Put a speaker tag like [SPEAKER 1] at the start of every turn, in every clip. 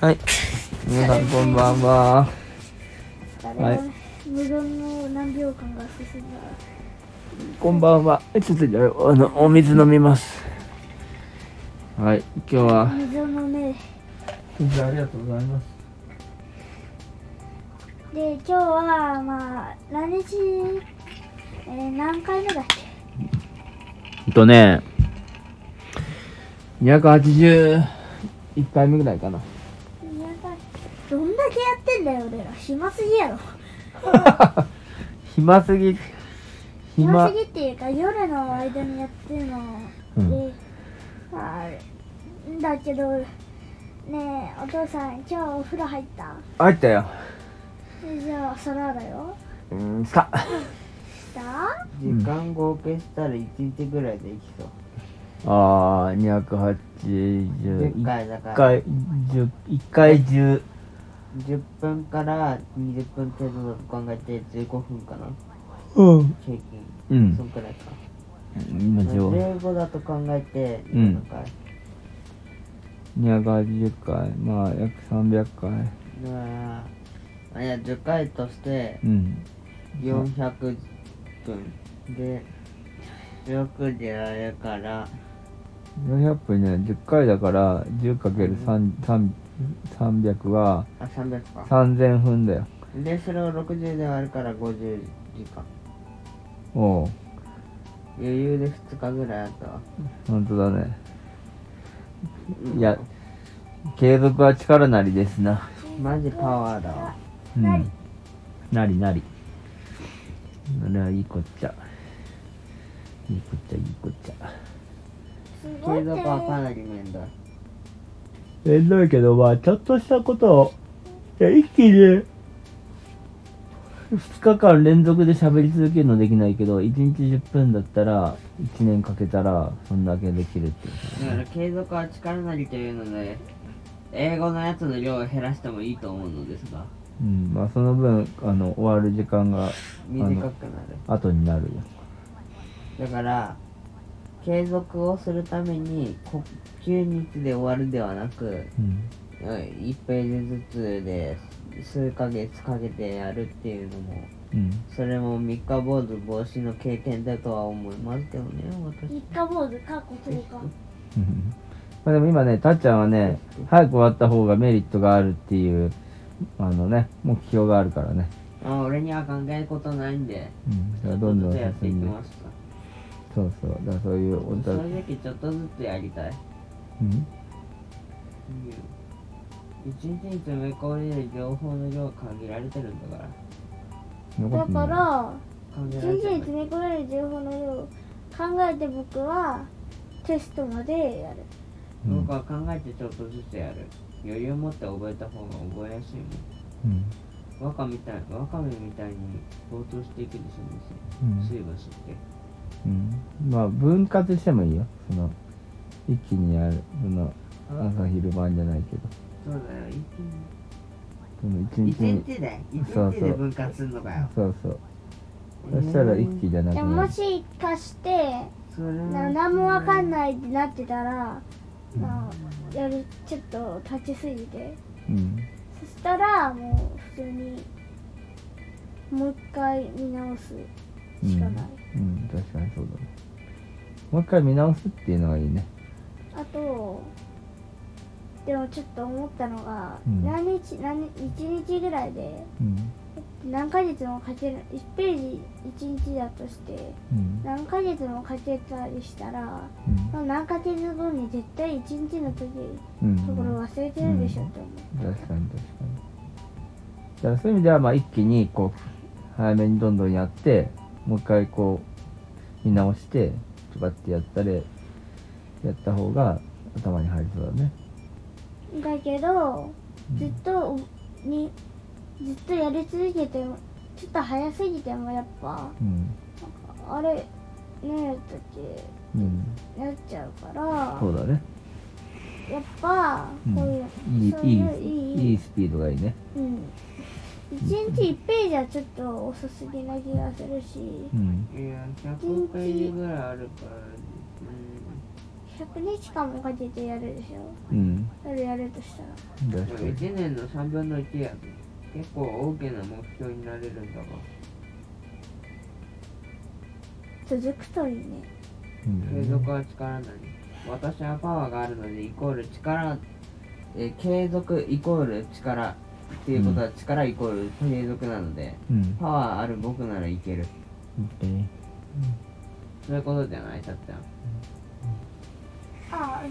[SPEAKER 1] はい。皆さんこんばんは。
[SPEAKER 2] 誰も無言の何秒間が進んだ
[SPEAKER 1] こんばんは。えちょっとねあのお水飲みます。はい。今日は。
[SPEAKER 2] 溝のね
[SPEAKER 1] 先生ありがとうございます。
[SPEAKER 2] で今日はまあ何日、えー何回目だっけ
[SPEAKER 1] えっとね、281回目ぐらいかな。
[SPEAKER 2] 宮崎どんだけやってんだよ俺ら暇すぎやろ
[SPEAKER 1] 暇すぎ。暇
[SPEAKER 2] 暇す。ぎっていうか夜の間にやってるの
[SPEAKER 1] う
[SPEAKER 2] で、
[SPEAKER 1] ん
[SPEAKER 2] まああれだけどねえお父さん今日お風呂入った
[SPEAKER 1] 入ったよ。
[SPEAKER 2] えじゃあ皿だよ
[SPEAKER 1] うん、さ。
[SPEAKER 2] した
[SPEAKER 3] 時間合計したら1日ぐらいでいきそう。
[SPEAKER 1] あー、280。
[SPEAKER 3] 10回だか
[SPEAKER 1] 1
[SPEAKER 3] ら
[SPEAKER 1] 回、10 1回10。
[SPEAKER 3] 10分から20分程度だと考えて15分かな
[SPEAKER 1] うん。
[SPEAKER 3] 平均、
[SPEAKER 1] うん
[SPEAKER 3] そんくらいか
[SPEAKER 1] 今上。
[SPEAKER 3] 15だと考えて
[SPEAKER 1] うん
[SPEAKER 3] 7回、
[SPEAKER 1] 280回、まあ約300回。
[SPEAKER 3] だからあいや10回として
[SPEAKER 1] うん。
[SPEAKER 3] 400分で6であれから
[SPEAKER 1] 400分じゃない、10回だから、10×300 は
[SPEAKER 3] あ300か
[SPEAKER 1] 3000分だよ。
[SPEAKER 3] でそれを60で割るから50時間
[SPEAKER 1] おう、
[SPEAKER 3] 余裕で2日ぐらいあったわ
[SPEAKER 1] ほんとだね。
[SPEAKER 3] うん
[SPEAKER 1] いや、継続は力なりですな。
[SPEAKER 3] マジパワーだわ
[SPEAKER 1] うん
[SPEAKER 2] なり。
[SPEAKER 1] なりなり。それはいいこっちゃ。いいこっちゃ、いいこっちゃ。
[SPEAKER 2] すごい
[SPEAKER 3] 継
[SPEAKER 2] ね
[SPEAKER 3] 続はかなり面倒
[SPEAKER 1] えんどいけど、まあ、ちょっとしたことを、いや、一気に、2日間連続で喋り続けるのできないけど、1日10分だったら、1年かけたら、そんだけできるっていう。
[SPEAKER 3] だから継続は力なりというので英語のやつの量を減らしてもいいと思うのですが
[SPEAKER 1] うん、まあ、その分、あの、終わる時間が、
[SPEAKER 3] 短くなる
[SPEAKER 1] 後になるよ。
[SPEAKER 3] だから継続をするためにこ9日で終わるではなく
[SPEAKER 1] うん。
[SPEAKER 3] うん1ページずつで数ヶ月かけてやるっていうのも
[SPEAKER 1] うん。
[SPEAKER 3] それも三日坊主防止の経験だとは思いますけどね私
[SPEAKER 2] 一家坊主かっこ10日
[SPEAKER 1] うんまあ、でも今ね、たっちゃんはね、早く終わった方がメリットがあるっていう、あのね、目標があるからね。
[SPEAKER 3] あ俺には考えることないんで
[SPEAKER 1] うん。だか
[SPEAKER 3] ちょ
[SPEAKER 1] ら
[SPEAKER 3] っ
[SPEAKER 1] ど
[SPEAKER 3] と
[SPEAKER 1] んど
[SPEAKER 3] ず
[SPEAKER 1] ん
[SPEAKER 3] つやってい
[SPEAKER 1] 進
[SPEAKER 3] き
[SPEAKER 1] んで。
[SPEAKER 3] ました
[SPEAKER 1] そうそう。だからそういう、おた
[SPEAKER 3] 正直ちょっとずつやりたい
[SPEAKER 1] うん。
[SPEAKER 3] 一日に詰め込んでる情報の量は限られてるんだから
[SPEAKER 1] 残
[SPEAKER 2] だ
[SPEAKER 1] ってん
[SPEAKER 2] か
[SPEAKER 1] だ
[SPEAKER 2] ら
[SPEAKER 3] 限
[SPEAKER 2] 一
[SPEAKER 3] られ
[SPEAKER 2] 日
[SPEAKER 3] て
[SPEAKER 2] に
[SPEAKER 3] る
[SPEAKER 2] 詰め込める情報の量を考えて僕はテストまでやる
[SPEAKER 1] うん
[SPEAKER 3] 僕は考えてちょっとずつやる余裕持って覚えた方が覚えやすい
[SPEAKER 1] うん
[SPEAKER 3] もんわかみたいわかめみたいに暴走していくで
[SPEAKER 1] う
[SPEAKER 3] しょ水
[SPEAKER 1] ん
[SPEAKER 3] 水分吸って
[SPEAKER 1] うんまあ分割してもいいよその一気にやるその朝昼晩じゃないけど
[SPEAKER 3] そうだよ
[SPEAKER 1] その一
[SPEAKER 3] 一
[SPEAKER 1] 日に
[SPEAKER 3] 日一日で一
[SPEAKER 1] そうそ
[SPEAKER 3] 日
[SPEAKER 1] う
[SPEAKER 3] で分割するのかよ
[SPEAKER 1] そうそうそしたら一気じゃなく
[SPEAKER 2] で
[SPEAKER 1] な
[SPEAKER 2] も
[SPEAKER 1] る
[SPEAKER 2] しかして
[SPEAKER 3] それ
[SPEAKER 2] な何もわかんないってなってたらまあやるちょっと立ちすぎて
[SPEAKER 1] うん
[SPEAKER 2] そしたらもう普通にもう一回見直す
[SPEAKER 1] うん
[SPEAKER 2] しかない、
[SPEAKER 1] うん確かにそうだねもう一回見直すっていうのがいいね
[SPEAKER 2] あとでもちょっと思ったのが、
[SPEAKER 1] うん
[SPEAKER 2] 何日何1日ぐらいで
[SPEAKER 1] うん
[SPEAKER 2] 何ヶ月もかける1ページ1日だとして
[SPEAKER 1] うん
[SPEAKER 2] 何ヶ月もかけたりしたら
[SPEAKER 1] うん
[SPEAKER 2] 何ヶ月後に絶対1日の時
[SPEAKER 1] うん
[SPEAKER 2] ところ忘れてるでしょって思う、
[SPEAKER 1] 確かに確かにだからそういう意味ではまあ一気にこう早めにどんどんやってもう一回こう見直してとかってやったりやった方が頭に入りそうだね
[SPEAKER 2] だけどずっとにずっとやり続けてもちょっと早すぎてもやっぱ
[SPEAKER 1] うん
[SPEAKER 2] あれねえって
[SPEAKER 1] うん
[SPEAKER 2] なっちゃうから
[SPEAKER 1] そうだね
[SPEAKER 2] やっぱ
[SPEAKER 1] うん
[SPEAKER 2] こういう、
[SPEAKER 1] いい
[SPEAKER 2] そう
[SPEAKER 1] い
[SPEAKER 2] い
[SPEAKER 1] いう
[SPEAKER 2] いい
[SPEAKER 1] いいスピードがいいね
[SPEAKER 2] うん1日1ページはちょっと遅すぎな気がするし
[SPEAKER 1] うん
[SPEAKER 3] いや100ページぐらいあるから、
[SPEAKER 2] 100日間もかけてやるでしょ
[SPEAKER 1] うん
[SPEAKER 2] 夜やるとしたら
[SPEAKER 1] 確かに
[SPEAKER 3] 1年の3分の1やで結構大きな目標になれるんだわ
[SPEAKER 2] 続くといいね
[SPEAKER 1] うん
[SPEAKER 3] 継続は力なり私はパワーがあるのでイコール力、えー継続イコール力っていうことは力イコール継続なので、
[SPEAKER 1] うん
[SPEAKER 3] パワーある僕ならいける
[SPEAKER 1] 本当に
[SPEAKER 3] そういうことじゃないさっちゃん
[SPEAKER 2] ああ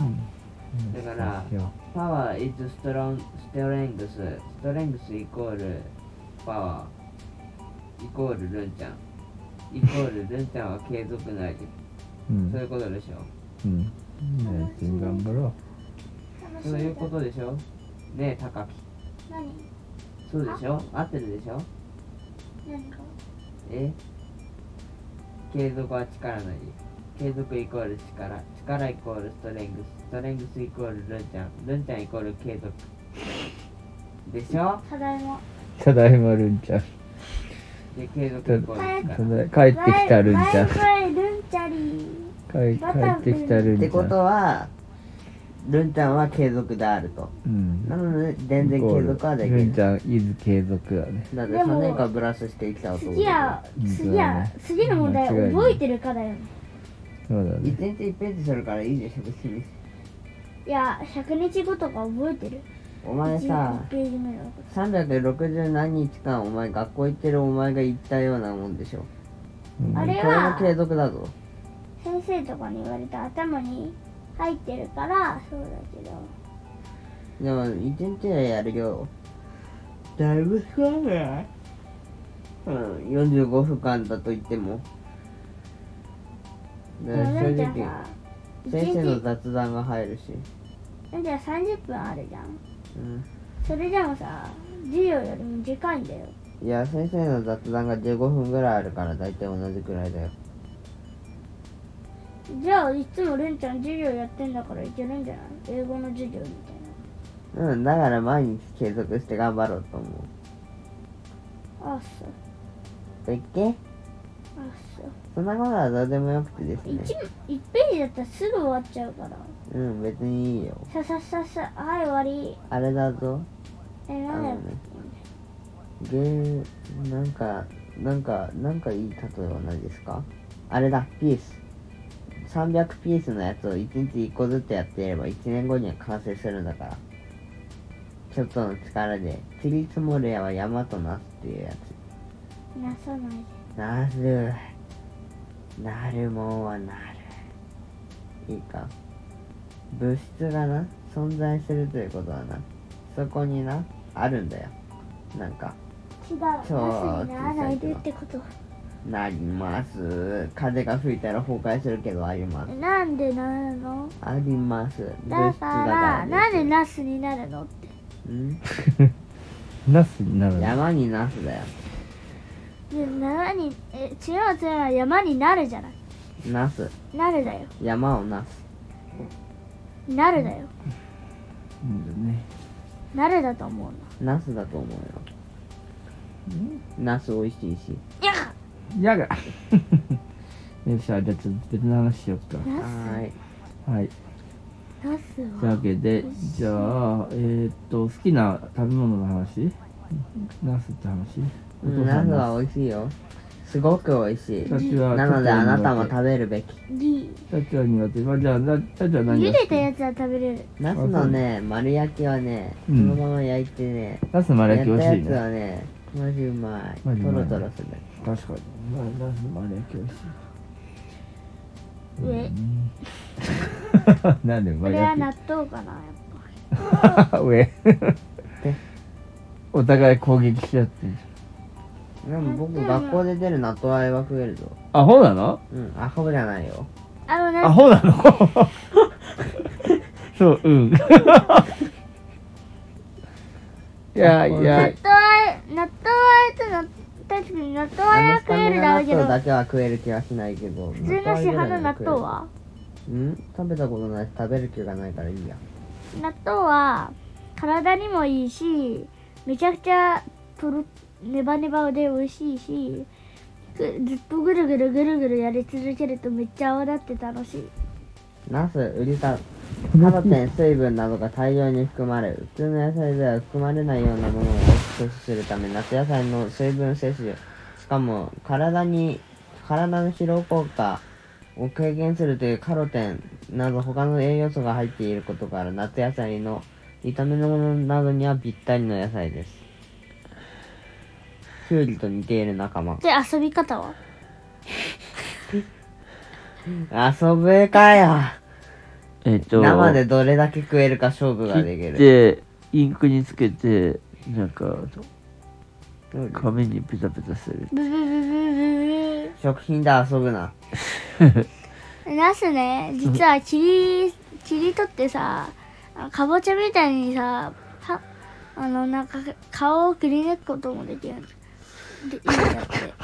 [SPEAKER 1] う
[SPEAKER 2] うん
[SPEAKER 3] だから
[SPEAKER 1] そうしよ
[SPEAKER 3] パワー is strong strength ストレングスイコールパワーイコールルンちゃんイコールルンちゃんは継続なり
[SPEAKER 1] ううん
[SPEAKER 3] そういうことでしょ
[SPEAKER 1] うん大臣頑張ろ
[SPEAKER 2] ん
[SPEAKER 3] そういうことでしょねえ高木
[SPEAKER 2] 何
[SPEAKER 3] そうでしょ合ってるでしょ
[SPEAKER 2] 何か
[SPEAKER 3] え継続は力なり継続イコール力力イコールストレングスストレングスイコールルンちゃんルンちゃんイコール継続でしょ
[SPEAKER 2] ただいま
[SPEAKER 1] うただいまるんちゃん
[SPEAKER 3] で継続イコール
[SPEAKER 1] ただ
[SPEAKER 3] 力
[SPEAKER 1] 帰ってきたるんちゃん
[SPEAKER 2] バイバイルンチャリー
[SPEAKER 1] 帰帰ってきたる
[SPEAKER 3] っ
[SPEAKER 1] ん
[SPEAKER 3] て
[SPEAKER 1] ちゃ
[SPEAKER 3] こ
[SPEAKER 1] ん
[SPEAKER 3] とはルンちゃんは継続であると
[SPEAKER 1] うん
[SPEAKER 3] なので全然継続はでき
[SPEAKER 1] るんち
[SPEAKER 3] る
[SPEAKER 1] ゃんいず継続だね
[SPEAKER 3] だって
[SPEAKER 2] でも
[SPEAKER 3] 3年間ブラスしてきた男
[SPEAKER 2] 次は次は次の問題覚えてるかだよ
[SPEAKER 1] そうだね
[SPEAKER 3] 一日1ページするからいいでしょ別に
[SPEAKER 2] いや100日後とか覚えてる
[SPEAKER 3] お前さ
[SPEAKER 2] 1ページ目のこ
[SPEAKER 3] 360何日間お前学校行ってるお前が言ったようなもんでしょ
[SPEAKER 1] うん
[SPEAKER 2] とあれ
[SPEAKER 3] これも
[SPEAKER 2] は
[SPEAKER 3] 継続だぞ
[SPEAKER 2] 先生とかに言われた頭に入ってるからそうだけど
[SPEAKER 3] でも一日はやるよだいぶ少ないうん45分間だと言っても
[SPEAKER 2] で
[SPEAKER 3] ね
[SPEAKER 2] もな
[SPEAKER 3] 正
[SPEAKER 2] んか
[SPEAKER 3] 直
[SPEAKER 2] さ
[SPEAKER 3] 先生の
[SPEAKER 2] 1
[SPEAKER 3] 雑談が入るし、
[SPEAKER 2] 日なんか30分あるじゃん
[SPEAKER 3] うん、
[SPEAKER 2] それでもさ授業よりも短いんだよ
[SPEAKER 3] いや先生の雑談が15分ぐらいあるから大体同じくらいだよ
[SPEAKER 2] じゃあいつもるんちゃん授業やってんだからいけるんじゃない英語の授業みたい
[SPEAKER 3] うんだから毎日継続して頑張ろうと思
[SPEAKER 2] なあそう
[SPEAKER 3] うと言って
[SPEAKER 2] あそう
[SPEAKER 3] そんなことはどうでもよくてですね
[SPEAKER 2] 1, 1ページだったらすぐ終わっちゃうから
[SPEAKER 3] うん別にいいよ
[SPEAKER 2] ささささはい終わり
[SPEAKER 3] あれだぞ
[SPEAKER 2] えなんだよ
[SPEAKER 3] ゲーなんかなんかなんかいい例えはないですかあれだピース300ピースのやつを1日1個ずつやっていれば1年後には完成するんだからちょっとの力で「ちり積もるやは山となす」っていうやつ
[SPEAKER 2] なさないで
[SPEAKER 3] なるなるもんはなるいいか物質がな存在するということはなそこになあるんだよなんか
[SPEAKER 2] 違うなすにならないでってこと
[SPEAKER 3] なります風が吹いたら崩壊するけどあります
[SPEAKER 2] なんでなるの
[SPEAKER 3] あります
[SPEAKER 2] だ
[SPEAKER 3] 物質
[SPEAKER 2] から
[SPEAKER 3] だ
[SPEAKER 2] な
[SPEAKER 3] か
[SPEAKER 2] ん
[SPEAKER 3] ら
[SPEAKER 2] ですナスになるのって
[SPEAKER 3] うん
[SPEAKER 1] ナスになる
[SPEAKER 3] 山になすだよ
[SPEAKER 2] で山にえ違う違う山になるじゃない
[SPEAKER 3] なす
[SPEAKER 2] なるだよ
[SPEAKER 3] 山をなす
[SPEAKER 2] なるだよ
[SPEAKER 1] うんね
[SPEAKER 2] なるだと思うの
[SPEAKER 3] なすだと思うよなす美味しいし
[SPEAKER 2] いや
[SPEAKER 1] やが よっしゃじゃあちょっと別の話しよっか
[SPEAKER 2] ナ
[SPEAKER 3] は
[SPEAKER 2] ス
[SPEAKER 3] ーい
[SPEAKER 1] はい
[SPEAKER 2] ナ
[SPEAKER 1] というわ
[SPEAKER 2] スは
[SPEAKER 1] けでじゃあえー、っと好きな食べ物の話ナスって話お
[SPEAKER 3] うん
[SPEAKER 1] 父さ
[SPEAKER 3] なす
[SPEAKER 1] ん
[SPEAKER 3] は
[SPEAKER 1] ナ
[SPEAKER 3] 美味しいよすごく美味しい
[SPEAKER 1] ス私は
[SPEAKER 3] なのであなたも
[SPEAKER 1] た
[SPEAKER 3] 食べるべき
[SPEAKER 2] D
[SPEAKER 1] ちは苦手まあじゃあなたちは何
[SPEAKER 2] 茹
[SPEAKER 1] が好
[SPEAKER 2] で
[SPEAKER 1] き
[SPEAKER 2] たやつは食べれる
[SPEAKER 3] なすのね丸焼きはね
[SPEAKER 1] う
[SPEAKER 3] そ
[SPEAKER 1] ん
[SPEAKER 3] のまま焼いてね、
[SPEAKER 1] ナス丸
[SPEAKER 3] や
[SPEAKER 1] 焼
[SPEAKER 3] っ
[SPEAKER 1] き
[SPEAKER 3] た
[SPEAKER 1] 美味しい
[SPEAKER 3] やつ
[SPEAKER 1] ね
[SPEAKER 3] はねマジうまい
[SPEAKER 1] マジうま
[SPEAKER 3] ト
[SPEAKER 1] い
[SPEAKER 3] ロ
[SPEAKER 1] ね
[SPEAKER 3] トロする
[SPEAKER 1] 確かにまあナス丸焼き美味しい
[SPEAKER 2] 上
[SPEAKER 1] うん なんで
[SPEAKER 2] こ
[SPEAKER 1] 丸
[SPEAKER 2] れは
[SPEAKER 1] 焼き
[SPEAKER 2] 納豆かなやっぱ
[SPEAKER 1] 上お互い攻撃し合ってんじ
[SPEAKER 3] でも僕学校で出る納豆あえは増えるぞ
[SPEAKER 1] ゃんアホなの
[SPEAKER 3] うん、アホじゃないよ。
[SPEAKER 2] あの
[SPEAKER 1] ア
[SPEAKER 2] な
[SPEAKER 1] ホ なのそううん いやいや
[SPEAKER 2] 納豆あえ納豆あえとな確かに納豆あえは
[SPEAKER 3] ス
[SPEAKER 2] 食
[SPEAKER 3] タ
[SPEAKER 2] え
[SPEAKER 3] ミ
[SPEAKER 2] るだ
[SPEAKER 3] ナ
[SPEAKER 2] ろうけど
[SPEAKER 3] 納豆だけは食える気はしないけど。普
[SPEAKER 2] 普通の市販の納豆は
[SPEAKER 3] うん食べたことないし、食べる気がないからいいや。
[SPEAKER 2] 納豆は体にもいいしめちゃくちゃとろネバネバで美味しいしぐずっとぐるぐるぐるぐるやり続けるとめっちゃ泡立って楽しい
[SPEAKER 3] ナス、ウリカ、カロテン、水分などが大量に含まれ、普通の野菜では含まれないようなものを摂取するため、夏野菜の水分摂取、しかも体に、体の疲労効果を軽減するというカロテンなど他の栄養素が入っていることから、夏野菜の炒め物などにはぴったりの野菜です。キュウリと似ている仲間。
[SPEAKER 2] で遊び方は
[SPEAKER 3] 遊ぶかよ
[SPEAKER 4] えっと
[SPEAKER 3] 生でどれだけ食えるか勝負ができ
[SPEAKER 4] 切っ
[SPEAKER 3] る
[SPEAKER 4] てインクにつけてなんか
[SPEAKER 3] うん
[SPEAKER 4] 紙にペタペタする
[SPEAKER 2] ブブブブブ
[SPEAKER 3] 食品で遊ぶな
[SPEAKER 2] ブナスね実は切り 切り取ってさあかぼちゃみたいにさパあのなんか顔をくり抜くこともできるでいいんだって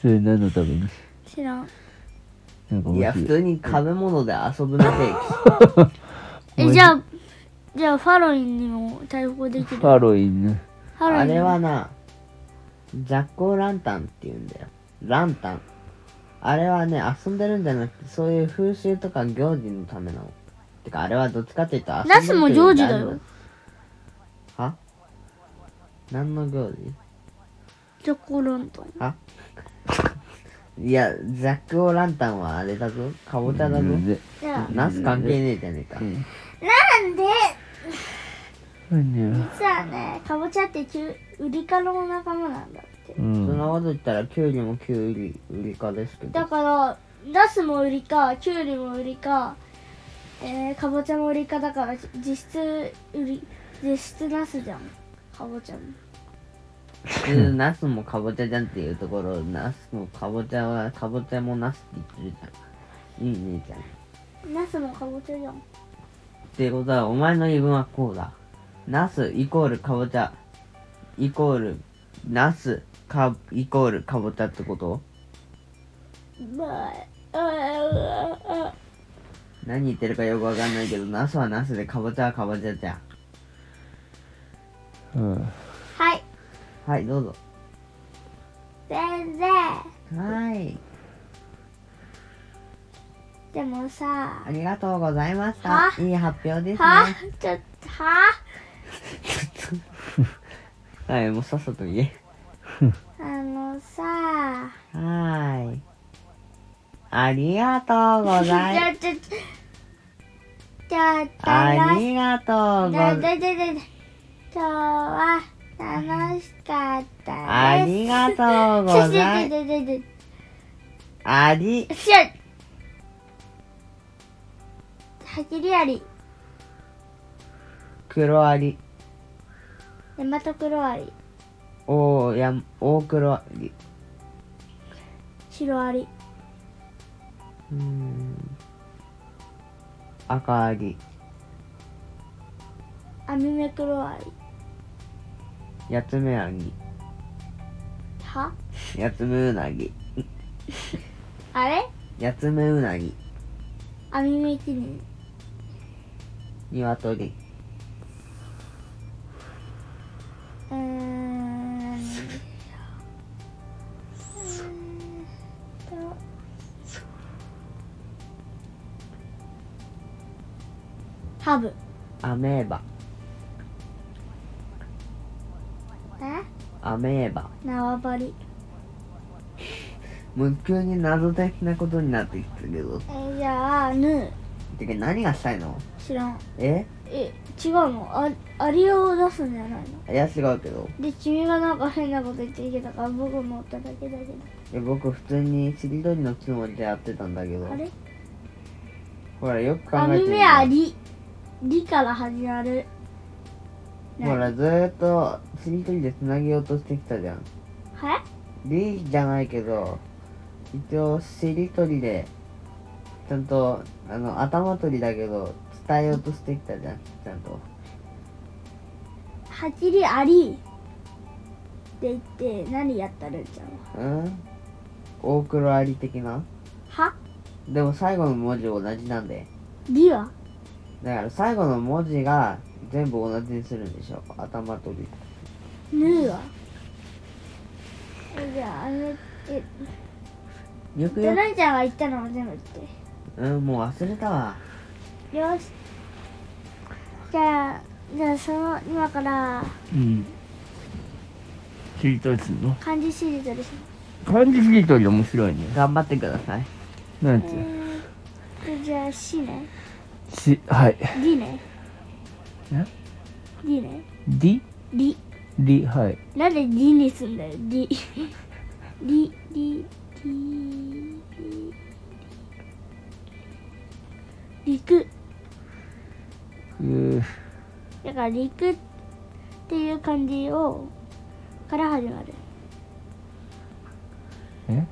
[SPEAKER 4] それ何のために
[SPEAKER 2] 知らん
[SPEAKER 4] なんか
[SPEAKER 3] いや
[SPEAKER 4] 面白
[SPEAKER 3] 普
[SPEAKER 4] い
[SPEAKER 3] 通に食べ物で遊ぶなケー
[SPEAKER 2] えじゃあじゃあファロインにも対抗できる
[SPEAKER 4] ファロインね
[SPEAKER 2] ファ
[SPEAKER 3] キ
[SPEAKER 2] ロイン
[SPEAKER 3] あれはなジャックオランタンって言うんだよランタンあれはね遊んでるんじゃなくてそういう風習とか行事のためのてかあれはどっちかっていうと遊ぶ
[SPEAKER 2] ナスも行事だよ
[SPEAKER 3] というよりは何の行事
[SPEAKER 2] チョコロントン
[SPEAKER 3] いやジャックオランタンはあれだぞかぼちゃだぞ
[SPEAKER 4] で
[SPEAKER 2] じゃあ
[SPEAKER 3] ナス関係ねえじゃねえか
[SPEAKER 2] なんで
[SPEAKER 4] 何や
[SPEAKER 2] 実はねかぼちゃってきゅウリ科の仲間なんだって
[SPEAKER 4] う
[SPEAKER 3] そんなんこと言ったらキュウリもキュウリウリ科ですけど
[SPEAKER 2] だからナスも売りかキュウリも売りか、えー、かぼちゃも売りかだからじ実質売り実質ナスじゃんかぼちゃも
[SPEAKER 3] 普通ナスもかぼちゃじゃんっていうところナスもかぼちゃはかぼちゃもナスって言ってるじゃんいいねじゃんっ
[SPEAKER 2] ナスもかぼちゃじゃん
[SPEAKER 3] てことはお前の言い分はこうだナスイコールかぼちゃイコールナスかイコールかぼちゃってこと
[SPEAKER 2] まあああああ
[SPEAKER 3] 何言ってるかよくわかんないけどナスはナスでかぼちゃはかぼちゃじゃん
[SPEAKER 4] うん
[SPEAKER 2] はい
[SPEAKER 3] はいどうぞ
[SPEAKER 2] 全然
[SPEAKER 3] はい
[SPEAKER 2] でもさ
[SPEAKER 3] ありがとうございまし
[SPEAKER 2] は
[SPEAKER 3] たいい発表ですね
[SPEAKER 2] はちょっとは
[SPEAKER 3] はいもうさっさと言え
[SPEAKER 2] あのさ
[SPEAKER 3] はーい。ありがとうござ い
[SPEAKER 2] じゃじゃじゃじゃ
[SPEAKER 3] ありがとうご
[SPEAKER 2] じゃ
[SPEAKER 3] ざ
[SPEAKER 2] あじゃあじゃあじゃあ今日は楽しかったです。
[SPEAKER 3] ありがとうござい
[SPEAKER 2] ちょちょちょちょち
[SPEAKER 3] あり
[SPEAKER 2] ょしょはきりあり。
[SPEAKER 3] 黒あり
[SPEAKER 2] で、また黒あり。
[SPEAKER 3] 大や大黒あり
[SPEAKER 2] 白あり。
[SPEAKER 3] うーん赤あり
[SPEAKER 2] 網目黒あり。
[SPEAKER 3] 八つ目あぎ
[SPEAKER 2] は
[SPEAKER 3] 八つ目うなぎ
[SPEAKER 2] あれ
[SPEAKER 3] 八つ目うなぎ
[SPEAKER 2] 網目一年。
[SPEAKER 3] 鶏
[SPEAKER 2] うーん。うーんとハブ。
[SPEAKER 3] アメーバ
[SPEAKER 2] え
[SPEAKER 3] アメーバ
[SPEAKER 2] 縄張り。
[SPEAKER 3] もう急に謎的なことになってきたけど
[SPEAKER 2] えーじゃあ、ぬ、
[SPEAKER 3] てか何がしたいの
[SPEAKER 2] 知らん。
[SPEAKER 3] え
[SPEAKER 2] え、違うのあ、アリを出すんじゃないの
[SPEAKER 3] いや違うけど
[SPEAKER 2] で、君がなんか変なこと言ってきたから僕も乗っただけだけど。
[SPEAKER 3] いや僕普通にしりとりのつもりでやってたんだけど
[SPEAKER 2] あれ
[SPEAKER 3] ほらよく考えて
[SPEAKER 2] 網
[SPEAKER 3] み
[SPEAKER 2] 目はリ。リから始まる。
[SPEAKER 3] ほらずーっとしりとりでつなげようとしてきたじゃん
[SPEAKER 2] は
[SPEAKER 3] リじゃないけど一応しりとりでちゃんとあの頭取りだけど伝えようとしてきたじゃんちゃんと
[SPEAKER 2] はちりアリ。って言って、何やったるんちゃんは。
[SPEAKER 3] うん大黒あり的な
[SPEAKER 2] は
[SPEAKER 3] でも最後の文字同じなんで
[SPEAKER 2] リは
[SPEAKER 3] だから最後の文字が全部同じにするんでしょ頭取り
[SPEAKER 2] ヌはえ、じゃあ、あの、え、
[SPEAKER 3] よく
[SPEAKER 2] じゃ
[SPEAKER 3] よ
[SPEAKER 2] あ、
[SPEAKER 3] く
[SPEAKER 2] のんちゃんが言ったのも全部言って。
[SPEAKER 3] うんもう忘れたわ
[SPEAKER 2] よしじゃあじゃあその今から
[SPEAKER 1] うん。しりとりするの
[SPEAKER 2] 漢字シリーズです
[SPEAKER 1] 漢字しりとり面白いね。
[SPEAKER 3] 頑張ってください
[SPEAKER 1] なん
[SPEAKER 2] え
[SPEAKER 1] つうの
[SPEAKER 2] ーとじゃあ「し」ね
[SPEAKER 1] し、はい。
[SPEAKER 2] 「り」ね
[SPEAKER 1] え
[SPEAKER 2] 「り」ね
[SPEAKER 1] り、
[SPEAKER 2] 「り
[SPEAKER 1] り、はい。」
[SPEAKER 2] なんで「り」にすんだよ「 り」「り」「り」「り」「陸
[SPEAKER 1] うー」
[SPEAKER 2] だから「陸」っていう漢字をから始まる
[SPEAKER 1] え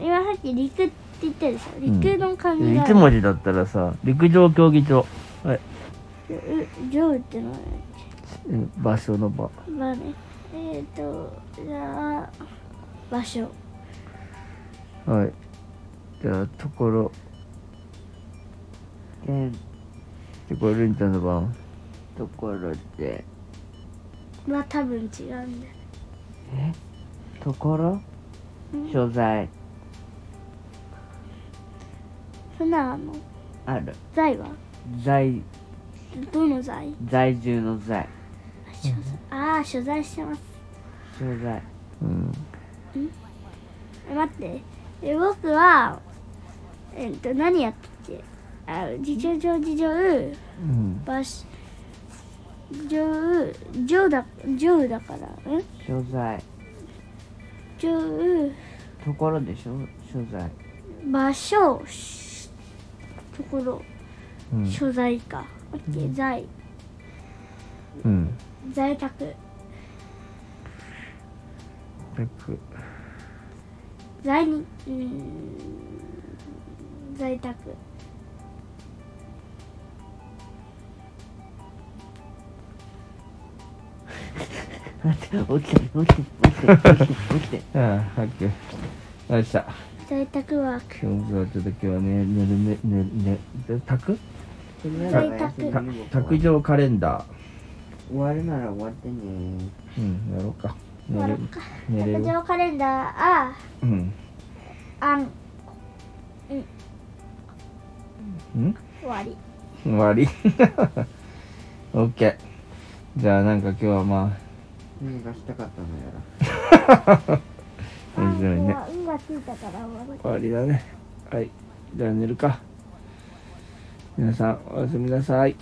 [SPEAKER 2] 今さっき「陸」って言ったでしょ陸の漢字がある
[SPEAKER 1] 一文字だったらさ、陸上競技場。はい。
[SPEAKER 2] ううジョーってのはね
[SPEAKER 1] うん場所の場。
[SPEAKER 2] まあねえっ、ー、とじゃあ場所
[SPEAKER 1] はい。じゃあ、ところ、
[SPEAKER 3] で
[SPEAKER 1] ところるんちゃんの番。
[SPEAKER 3] ところで
[SPEAKER 2] は多分違うんだよ
[SPEAKER 3] ところ
[SPEAKER 2] うん
[SPEAKER 3] 所在
[SPEAKER 2] そんなのあんの
[SPEAKER 3] ある
[SPEAKER 2] 在は
[SPEAKER 3] 在
[SPEAKER 2] どの在
[SPEAKER 3] 在住の在
[SPEAKER 2] ああ所在してます
[SPEAKER 3] 所在
[SPEAKER 1] うん。
[SPEAKER 2] え待ってえ僕はえっ、と何やっててあ事情上事情
[SPEAKER 1] うん。
[SPEAKER 2] 場所上上だ上だからうん
[SPEAKER 3] 所在
[SPEAKER 2] 上
[SPEAKER 3] ところでしょ所在
[SPEAKER 2] 場所しところ
[SPEAKER 1] うん。
[SPEAKER 2] 所在か、オッケー在
[SPEAKER 1] うん。
[SPEAKER 2] 在宅
[SPEAKER 1] たく
[SPEAKER 2] 在にうーん在宅
[SPEAKER 3] 待って起きて起きて起きて起きて起 きて
[SPEAKER 1] ああ、はっけ。よっしゃ。
[SPEAKER 2] 在宅ワーク
[SPEAKER 1] 今日はちょっと今日はね、寝るね、寝るね、たく
[SPEAKER 2] 在宅
[SPEAKER 1] た卓上カレンダ
[SPEAKER 3] 終わるなら終わってね
[SPEAKER 1] ー。うん、やろうか。
[SPEAKER 2] 終
[SPEAKER 1] 寝
[SPEAKER 2] わろう
[SPEAKER 1] る。
[SPEAKER 2] か
[SPEAKER 1] 寝れ
[SPEAKER 2] 卓
[SPEAKER 1] る。
[SPEAKER 2] 上カレンダーあ
[SPEAKER 1] うん。
[SPEAKER 2] あん
[SPEAKER 1] うん
[SPEAKER 2] 終わり
[SPEAKER 1] 終わり。 オッケー。じゃあなんか今日はま
[SPEAKER 3] 何がしたかったのやら
[SPEAKER 2] あ
[SPEAKER 1] 面白いね
[SPEAKER 2] あ運がついたから終わる
[SPEAKER 1] あ終わりだね。はい。じゃあ寝るか。皆さんおやすみなさい。